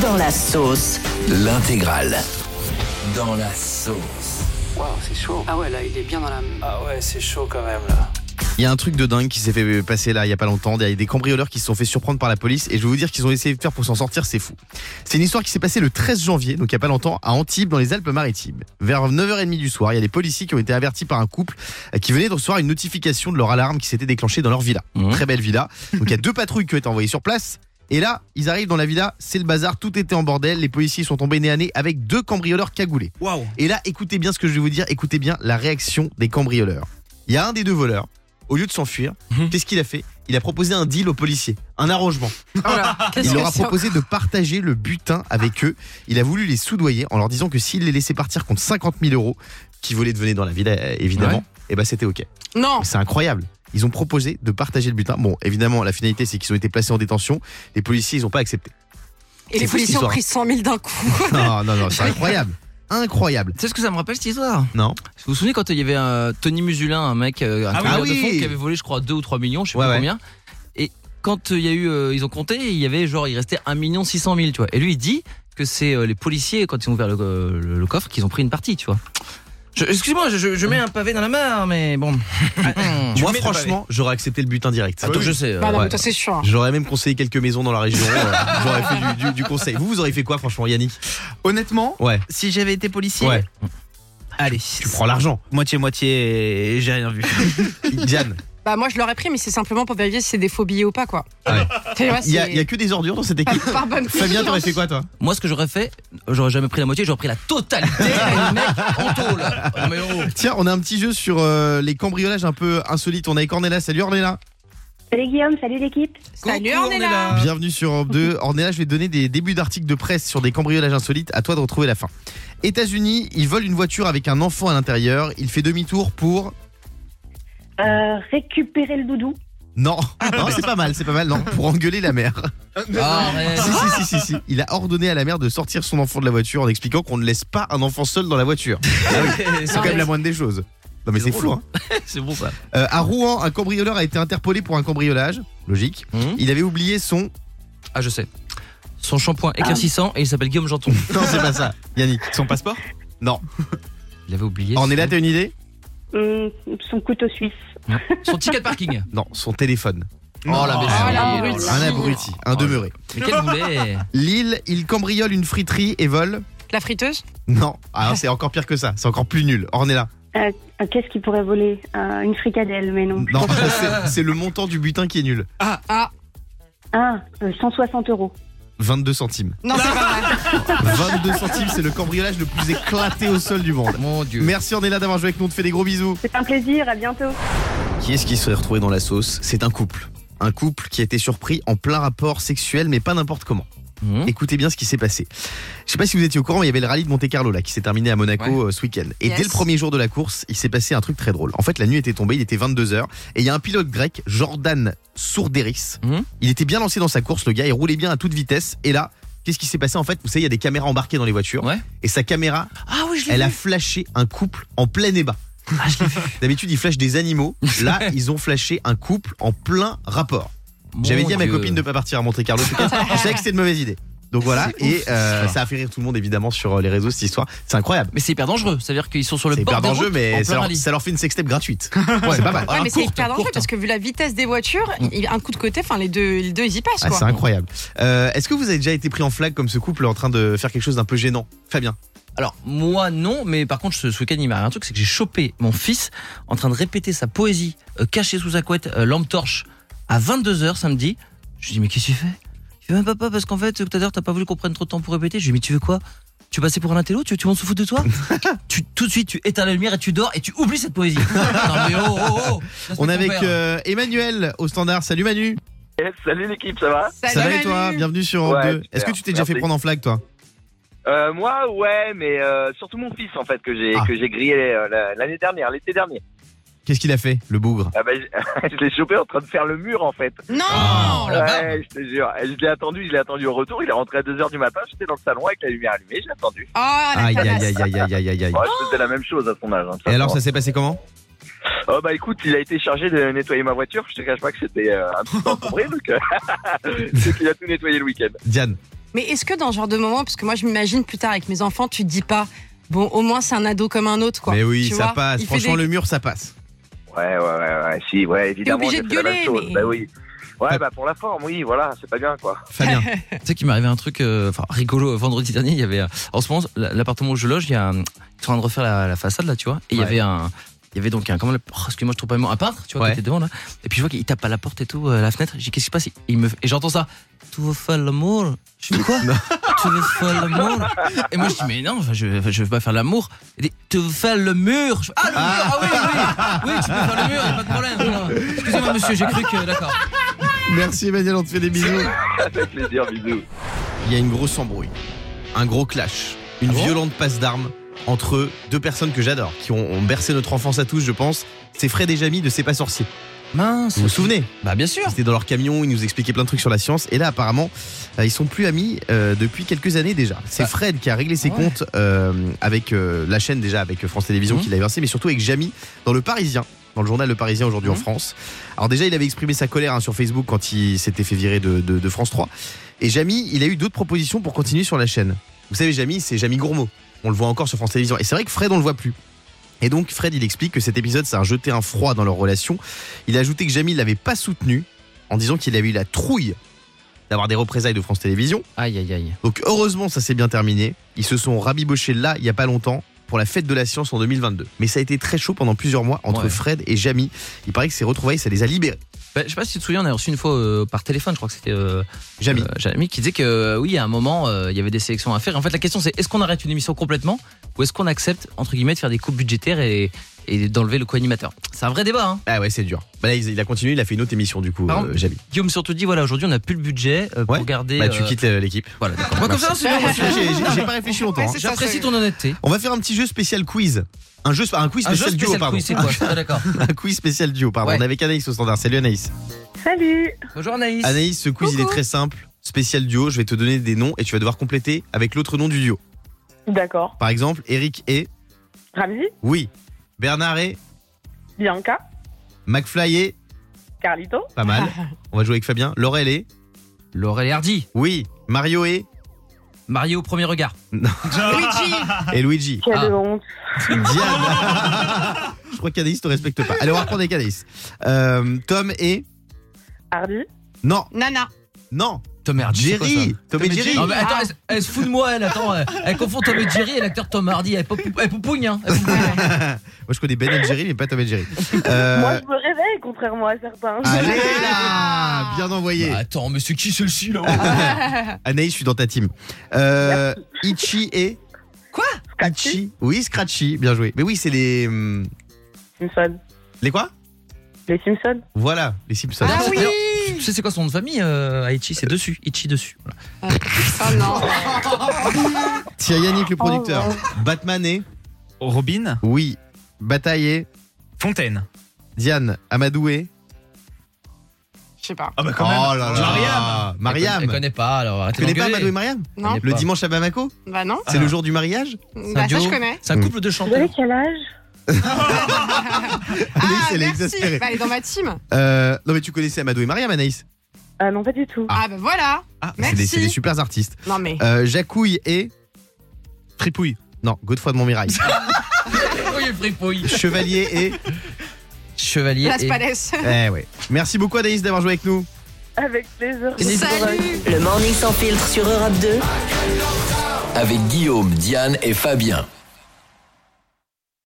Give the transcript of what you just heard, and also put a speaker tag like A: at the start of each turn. A: Dans la sauce.
B: L'intégrale. Dans la sauce.
C: Waouh, c'est chaud.
D: Ah ouais, là, il est bien dans la.
C: Ah ouais, c'est chaud quand même là.
E: Il y a un truc de dingue qui s'est fait passer là il y a pas longtemps. Il y a des cambrioleurs qui se sont fait surprendre par la police et je vais vous dire qu'ils ont essayé de faire pour s'en sortir, c'est fou. C'est une histoire qui s'est passée le 13 janvier, donc il y a pas longtemps, à Antibes dans les Alpes-Maritimes. Vers 9h30 du soir, il y a des policiers qui ont été avertis par un couple euh, qui venait de recevoir une notification de leur alarme qui s'était déclenchée dans leur villa.
B: Mhm.
E: Très belle villa. Donc il y a deux patrouilles qui ont été envoyées sur place. Et là, ils arrivent dans la villa, c'est le bazar, tout était en bordel, les policiers sont tombés nez à nez avec deux cambrioleurs cagoulés.
F: Waouh.
E: Et là, écoutez bien ce que je vais vous dire, écoutez bien la réaction des cambrioleurs. Il y a un des deux voleurs, au lieu de s'enfuir,
F: Mhm.
E: qu'est-ce qu'il a fait Il a proposé un deal aux policiers, un arrangement.
D: Oh
E: Il leur a proposé de partager le butin avec eux. Il a voulu les soudoyer en leur disant que s'il les laissait partir contre 50 000 euros, qui voulaient devenir dans la ville euh, évidemment, et ben c'était ok.
D: Non
E: C'est incroyable. Ils ont proposé de partager le butin. Bon, évidemment, la finalité, c'est qu'ils ont été placés en détention. Les policiers, ils n'ont pas accepté.
D: Et les
E: fou,
D: policiers ont
E: l'histoire.
D: pris 100 000 d'un coup.
E: Non, non, non, c'est incroyable. Incroyable.
G: Tu sais ce que ça me rappelle cette histoire
E: Non.
G: Vous vous souvenez quand il y avait euh, Tony Musulin, un mec, euh, un
E: Ah
G: cambrioleur
E: oui.
G: de fond qui avait volé, je crois, 2 ou 3 millions, je sais
E: Ouais,
G: pas
E: ouais.
G: combien. Et quand euh, il y a eu, euh, ils ont compté, il y avait genre, il restait 1 million 600 000, tu vois. Et lui, il dit que c'est euh, les policiers, quand ils ont ouvert le, euh, le- le coffre, qu'ils ont pris une partie, tu vois. Je- Excuse-moi, je- je, je mets un pavé dans la mare, mais bon.
F: Tu
E: Moi,
F: mets Ah, de
E: franchement, j'aurais accepté le butin direct.
G: Attends, je sais. euh,
D: Bah non,
E: ouais.
D: mais toi, c'est sûr.
E: J'aurais même conseillé quelques maisons dans la région. euh, J'aurais fait du, du- du conseil. Vous, vous auriez fait quoi, franchement, Yannick
F: Honnêtement,
E: Ouais.
F: si j'avais été policier,
E: Ouais.
F: allez,
E: Tu prends l'argent.
F: moitié-moitié, et j'ai rien vu.
E: Diane,
D: Bah moi, je l'aurais pris, mais c'est simplement pour vérifier si c'est des faux billets ou pas, quoi.
E: Ah Ouais.
D: Tu vois,
E: il y, a-
D: c'est-
E: il y a que des ordures dans cette équipe.
D: Par- par bonne
E: Fabien, t'aurais
D: conscience.
E: fait quoi, toi
G: Moi, ce que j'aurais fait, j'aurais jamais pris la moitié, j'aurais pris la totalité. et le mec, en tôle. Non, mais oh.
E: Tiens, on a un petit jeu sur euh, les cambriolages un peu insolites. On est avec Ornella. Salut, Ornella.
H: Salut Guillaume, salut l'équipe.
D: Salut,
G: Coucou,
D: on est
G: Ornella.
D: là.
E: Bienvenue sur Europe 2. Ornella, je vais te donner des débuts d'articles de presse sur des cambriolages insolites. À toi de retrouver la fin. États-Unis, ils volent une voiture avec un enfant à l'intérieur. Il fait demi-tour pour.
H: Euh, récupérer le doudou.
E: Non, non c'est pas mal, c'est pas mal, non, pour engueuler la mère.
G: Arrête.
E: si, si, si, si, si. Il a ordonné à la mère de sortir son enfant de la voiture en expliquant qu'on ne laisse pas un enfant seul dans la voiture. C'est quand même la moindre des choses. Non mais c'est fou. Hein.
G: C'est bon ça.
E: Euh, à Rouen, un cambrioleur a été interpellé pour un cambriolage. Logique.
G: Mhm.
E: Il avait oublié son.
G: Ah, je sais. Son shampoing éclaircissant et il s'appelle Guillaume Janton.
E: Non, c'est pas ça. Yannick.
F: Son passeport
G: Il avait oublié.
E: On est là, t'as une idée
H: Hum, son couteau suisse.
G: Son ticket de parking.
E: Non, son téléphone.
G: Oh la
D: Oh, la
G: bêtise.
D: brute.
E: Un abruti, un
G: Oh.
E: demeuré.
G: Mais qu'elle voulait
E: Lille, il cambriole une friterie et vole.
D: La friteuse
E: Non, ah, c'est encore pire que ça, c'est encore plus nul. Ornella.
H: Euh, Qu'est-ce qu'il pourrait voler Euh, Une fricadelle, mais non.
E: Non, c'est- c'est le montant du butin qui est nul.
D: Ah,
H: Ah, euh, 160 euros.
E: 22 centimes.
D: Non, c'est pas vrai.
E: 22 centimes, c'est le cambriolage le plus éclaté au sol du monde.
G: Mon dieu.
E: Merci Ornella d'avoir joué avec nous, on te fait des gros bisous.
H: C'est un plaisir, à bientôt.
E: Qui est-ce qui serait retrouvé dans la sauce C'est un couple. Un couple qui a été surpris en plein rapport sexuel, mais pas n'importe comment.
G: Mhm.
E: Écoutez bien ce qui s'est passé. Je sais pas si vous étiez au courant, mais il y avait le rallye de Monte Carlo là, qui s'est terminé à Monaco euh, ce week-end. Et
D: Yes.
E: dès le premier jour de la course, il s'est passé un truc très drôle. En fait, la nuit était tombée, il était 22h, et il y a un pilote grec, Jordan Sourderis.
G: Mhm.
E: Il était bien lancé dans sa course, le gars, il roulait bien à toute vitesse. Et là, qu'est-ce qui s'est passé En fait, vous savez, il y a des caméras embarquées dans les voitures.
G: Ouais.
E: Et sa caméra
G: Ah oui, je l'ai
E: elle a
G: vu. Ah,
E: flashé un couple en plein ébat. D'habitude, ils flashent des animaux. Là, ils ont flashé un couple en plein rapport.
G: Mon
E: J'avais dit à ma
G: Dieu.
E: copine de pas partir à Monte Carlo. ce week-end. Je savais que c'était une mauvaise idée. Donc voilà,
G: C'est
E: et
G: ouf,
E: euh,
G: ça.
E: ça a fait rire tout le monde évidemment sur euh, les réseaux cette histoire. C'est incroyable.
G: Mais c'est hyper dangereux. Ça veut dire qu'ils sont sur le
E: C'est
G: bord
E: hyper
G: des
E: dangereux,
G: routes, en
E: mais
G: plein
E: ça leur,
G: rallye.
E: ça leur fait une sextape gratuite. C'est pas mal.
D: Ouais,
G: Ah,
D: mais c'est
G: courte,
D: hyper dangereux
G: courte.
D: parce que vu la vitesse des voitures,
G: Mm.
D: il- un coup de côté, enfin les deux, les deux, ils y passent
E: Ah,
D: quoi.
E: c'est incroyable. Euh, Est-ce que vous avez déjà été pris en flag comme ce couple en train de faire quelque chose d'un peu gênant Fabien
G: Alors, moi, non, mais par contre, ce, ce week-end, il m'a arrivé un truc, c'est que j'ai chopé mon fils en train de répéter sa poésie, euh, cachée sous sa couette, euh, lampe torche, à 22h samedi. Je lui dis, mais qu'est-ce que tu fais Il fait, même papa, parce qu'en fait, tout à l'heure, t'as pas voulu qu'on prenne trop de temps pour répéter. Je lui dis, mais tu veux quoi tu veux passer pour un intello Tu, tu vas se foutre de toi tu, Tout de suite, tu éteins la lumière et tu dors et tu oublies cette poésie. non, mais oh, oh, oh respecte
E: On
G: ton
E: est avec
G: père.
E: euh, Emmanuel au standard. Salut Manu.
I: Yes, salut l'équipe, ça va
E: Ça va et toi
D: Manu.
E: Bienvenue sur Europe
I: Ouais,
E: 2. Est-ce
I: super,
E: que tu t'es déjà fait
I: merci.
E: prendre en flag toi
I: euh, Moi, ouais, mais euh, surtout mon fils en fait que j'ai
E: Ah.
I: que j'ai grillé euh, la- l'année dernière, l'été dernier.
E: Qu'est-ce qu'il a fait, le bougre
I: Ah bah, je, je l'ai chopé en train de faire le mur en fait.
E: Ah.
D: Non Oh,
G: la barbe.
I: ouais, je te jure. Et Je l'ai attendu, je l'ai attendu au retour. Il est rentré à 2 heures du matin. J'étais dans le salon avec la lumière allumée. Je l'ai attendu.
D: Oh la
E: Aïe, aïe,
D: tabasse.
E: aïe, aïe, aïe, aïe, aïe, aïe.
I: Ouais, je faisais la même chose à son âge. hein, de toute
E: Et alors,
I: façon.
E: ça s'est passé comment
I: Oh bah écoute, il a été chargé de nettoyer ma voiture. Je te cache pas que c'était euh, un petit peu encombré, donc euh, donc il a tout nettoyé le week-end.
E: Diane,
D: Mais est-ce que dans ce genre de moment, parce que moi je m'imagine plus tard avec mes enfants, tu te dis pas, bon, au moins c'est un ado comme un autre, quoi.
E: mais oui,
D: Tu
E: ça
D: vois,
E: passe.
D: il fait
E: Franchement,
D: des-
E: le mur, ça passe.
I: Ouais, ouais, ouais, ouais, si, ouais, évidemment.
D: obligé
I: j'ai
D: de
I: fait la même
D: gueuler,
I: chose.
D: mais-
I: Bah oui.
E: Ah.
I: Ouais, bah pour la forme, oui, voilà, c'est pas bien, quoi.
E: Fabien,
G: Tu sais qu'il m'est arrivé un truc euh, enfin rigolo euh, vendredi dernier. Il y avait euh, en ce moment l- l'appartement où je loge, il y a un, ils sont en train de refaire la, la façade là, tu vois. Et il y
E: Ouais.
G: avait un, il y avait donc un comment parce que moi je trouve pas le mot, un peintre, tu vois,
E: Ouais.
G: qui était devant là. Et puis je vois qu'il tape à la porte et tout, euh, à la fenêtre. J'ai dit, qu'est-ce qui se passe Il me et j'entends ça. Tu veux faire l'amour Je fais quoi Tu veux faire l'amour Et moi je dis mais non, enfin, je je veux pas faire l'amour. Il dit tu veux faire le mur Je fais, Ah le mur Ah oui oui oui tu peux faire le mur, y a pas de problème. voilà. Excusez-moi monsieur, j'ai cru que d'accord.
E: merci Emmanuel, on te fait des bisous.
I: Avec plaisir, bisous.
E: Il y a une grosse embrouille, un gros clash, une
G: Ah bon
E: violente passe d'armes entre deux personnes que j'adore, qui ont, ont bercé notre enfance à tous, je pense. C'est Fred et Jamy de C'est pas sorcier.
G: Mince.
E: Vous vous souvenez
G: Bah bien sûr.
E: Ils étaient dans leur camion, ils nous expliquaient plein de trucs sur la science. Et là, apparemment, euh, ils sont plus amis euh, depuis quelques années déjà. C'est
G: Ah.
E: Fred qui a réglé ses
G: Ouais.
E: comptes euh, avec euh, la chaîne déjà, avec France Télévisions
G: Mhm.
E: qui l'avait versé, mais surtout avec Jamy dans Le Parisien. Dans le journal Le Parisien aujourd'hui en
G: Mhm.
E: France. Alors déjà, il avait exprimé sa colère hein, sur Facebook quand il s'était fait virer de, de- de France 3. Et Jamy, il a eu d'autres propositions pour continuer sur la chaîne. Vous savez, Jamy, c'est Jamy Gourmaud. On le voit encore sur France Télévisions. Et c'est vrai que Fred, on le voit plus. Et donc, Fred, il explique que cet épisode, ça a jeté un froid dans leur relation. Il a ajouté que Jamy ne l'avait pas soutenu en disant qu'il avait eu la trouille d'avoir des représailles de France Télévisions.
G: Aïe aïe aïe.
E: Donc, heureusement, ça s'est bien terminé. Ils se sont rabibochés là, il n'y a pas longtemps, pour la fête de la science en 2022. Mais ça a été très chaud pendant plusieurs mois entre
G: Ouais.
E: Fred et Jamy. Il paraît que ces retrouvailles, ça les a libérés.
G: Bah, je sais pas si tu te souviens, on a reçu une fois euh, par téléphone, je crois que c'était euh,
E: Jamy.
G: euh, Jamy qui disait que euh, oui, à un moment, euh, il y avait des sélections à faire. En fait, la question c'est est-ce qu'on arrête une émission complètement ou est-ce qu'on accepte entre guillemets de faire des coupes budgétaires et, et d'enlever le co-animateur C'est un vrai débat. Hein.
E: Ah ouais, c'est dur. Bah là, il il a continué, il a fait une autre émission du coup,
G: Pardon
E: euh, Jamy.
G: Guillaume surtout dit voilà, aujourd'hui on n'a plus le budget euh,
E: Ouais.
G: pour garder.
E: Bah, tu
G: euh,
E: quittes euh, l'équipe.
G: Voilà, d'accord. Moi, comme ça, c'est bien,
E: J'ai
G: moi, je-
E: j'ai- j'ai pas réfléchi longtemps.
D: Ouais,
E: hein.
D: c'est ça,
G: J'apprécie
D: c'est-
G: ton honnêteté.
E: On va faire un petit jeu spécial quiz. Un jeu, un quiz
G: Un jeu
E: spécial Ah, duo,
G: spécial
E: pardon.
G: quiz, c'est quoi Je suis pas d'accord.
E: Un quiz spécial duo, pardon.
G: Ouais.
E: On est avec Anaïs au standard. Salut Anaïs.
H: Salut
G: Bonjour Anaïs.
E: Anaïs, ce quiz il est
D: Coucou.
E: très simple. Spécial duo, je vais te donner des noms et tu vas devoir compléter avec l'autre nom du duo.
H: D'accord.
E: Par exemple, Eric et
H: Ramzi,
E: oui, Bernard et
H: Bianca,
E: McFly et
H: Carlito, Ah.
E: pas mal. On va jouer avec Fabien. Laurel et
G: Laurel et Hardy.
E: oui, Mario et
G: Mario au premier regard.
D: Luigi,
E: et Luigi.
H: quelle
G: Ah.
H: honte
E: Diane. je crois qu'Anaïs te respecte pas. Allez, on va reprendre avec Anaïs. Euh, Tom et
H: Hardy,
E: non,
D: Nana.
E: non,
G: Tom et Hardy. c'est quoi, ça
E: Jerry. Tom et Jerry.
G: Non mais attends,
D: Ah.
G: elle, elle se fout de moi, elle, attends, elle, elle confond Tom et Jerry et l'acteur Tom Hardy, elle, pop- elle poupougne, hein. Elle poupougne.
E: Moi je connais Ben et Jerry, mais pas Tom et Jerry. Euh, Ah
H: moi je me réveille contrairement à certains.
E: Allez là Bien envoyé.
G: Bah, attends, mais c'est qui celle-ci là
E: Ah Anaïs, je suis dans ta team. Euh, Ichi et.
G: Quoi
E: Ichi. Oui, Scratchy, bien joué. Mais oui, c'est les. hum,
H: Simpson.
E: Les quoi
H: Les Simpsons
E: Voilà, les Simpsons.
D: Ah oui
G: Tu sais, c'est quoi son nom de famille, euh, à Ichi C'est dessus, Ichi dessus. Voilà.
D: Oh non.
E: Tiens, Yannick, le producteur. Batman et.
F: Robin
E: Oui. Bataille et.
F: Fontaine.
E: Diane, Amadou et.
D: Je sais pas.
F: Ah bah
E: Oh là là
F: Mariam.
E: Mariam
G: Elle connaît pas, alors
E: Tu
G: arrêtez
E: connais pas
G: d'engueuler.
E: Amadou et Mariam
D: Non.
E: Le
G: Pas.
E: dimanche à Bamako
D: Bah non.
E: C'est le jour du mariage
D: Bah ça
G: duo.
D: je connais.
G: C'est un
E: Mm.
G: couple de
H: Vous avez
G: chanteurs.
H: quel âge
D: Ah
E: elle est
D: merci.
E: exaspérée.
D: Bah elle est dans ma team.
E: Euh, Non, mais tu connaissais Amadou et Mariam, Anaïs
H: Ah non, pas du tout.
E: Ah.
D: Ah bah voilà.
E: Ah, c'est des,
D: Merci.
E: c'est des super artistes.
D: Non mais.
E: Euh, Jacouille et. Fripouille. Non, Godefroy de Montmirail.
G: Oui, fripouille.
E: Chevalier et.
G: Chevalier.
D: Las
G: et-
D: Palais.
E: Eh ouais. Merci beaucoup Anaïs d'avoir joué avec nous.
H: Avec plaisir.
D: Salut.
A: Le morning sans filtre sur Europe 2.
B: Avec Guillaume, Diane et Fabien.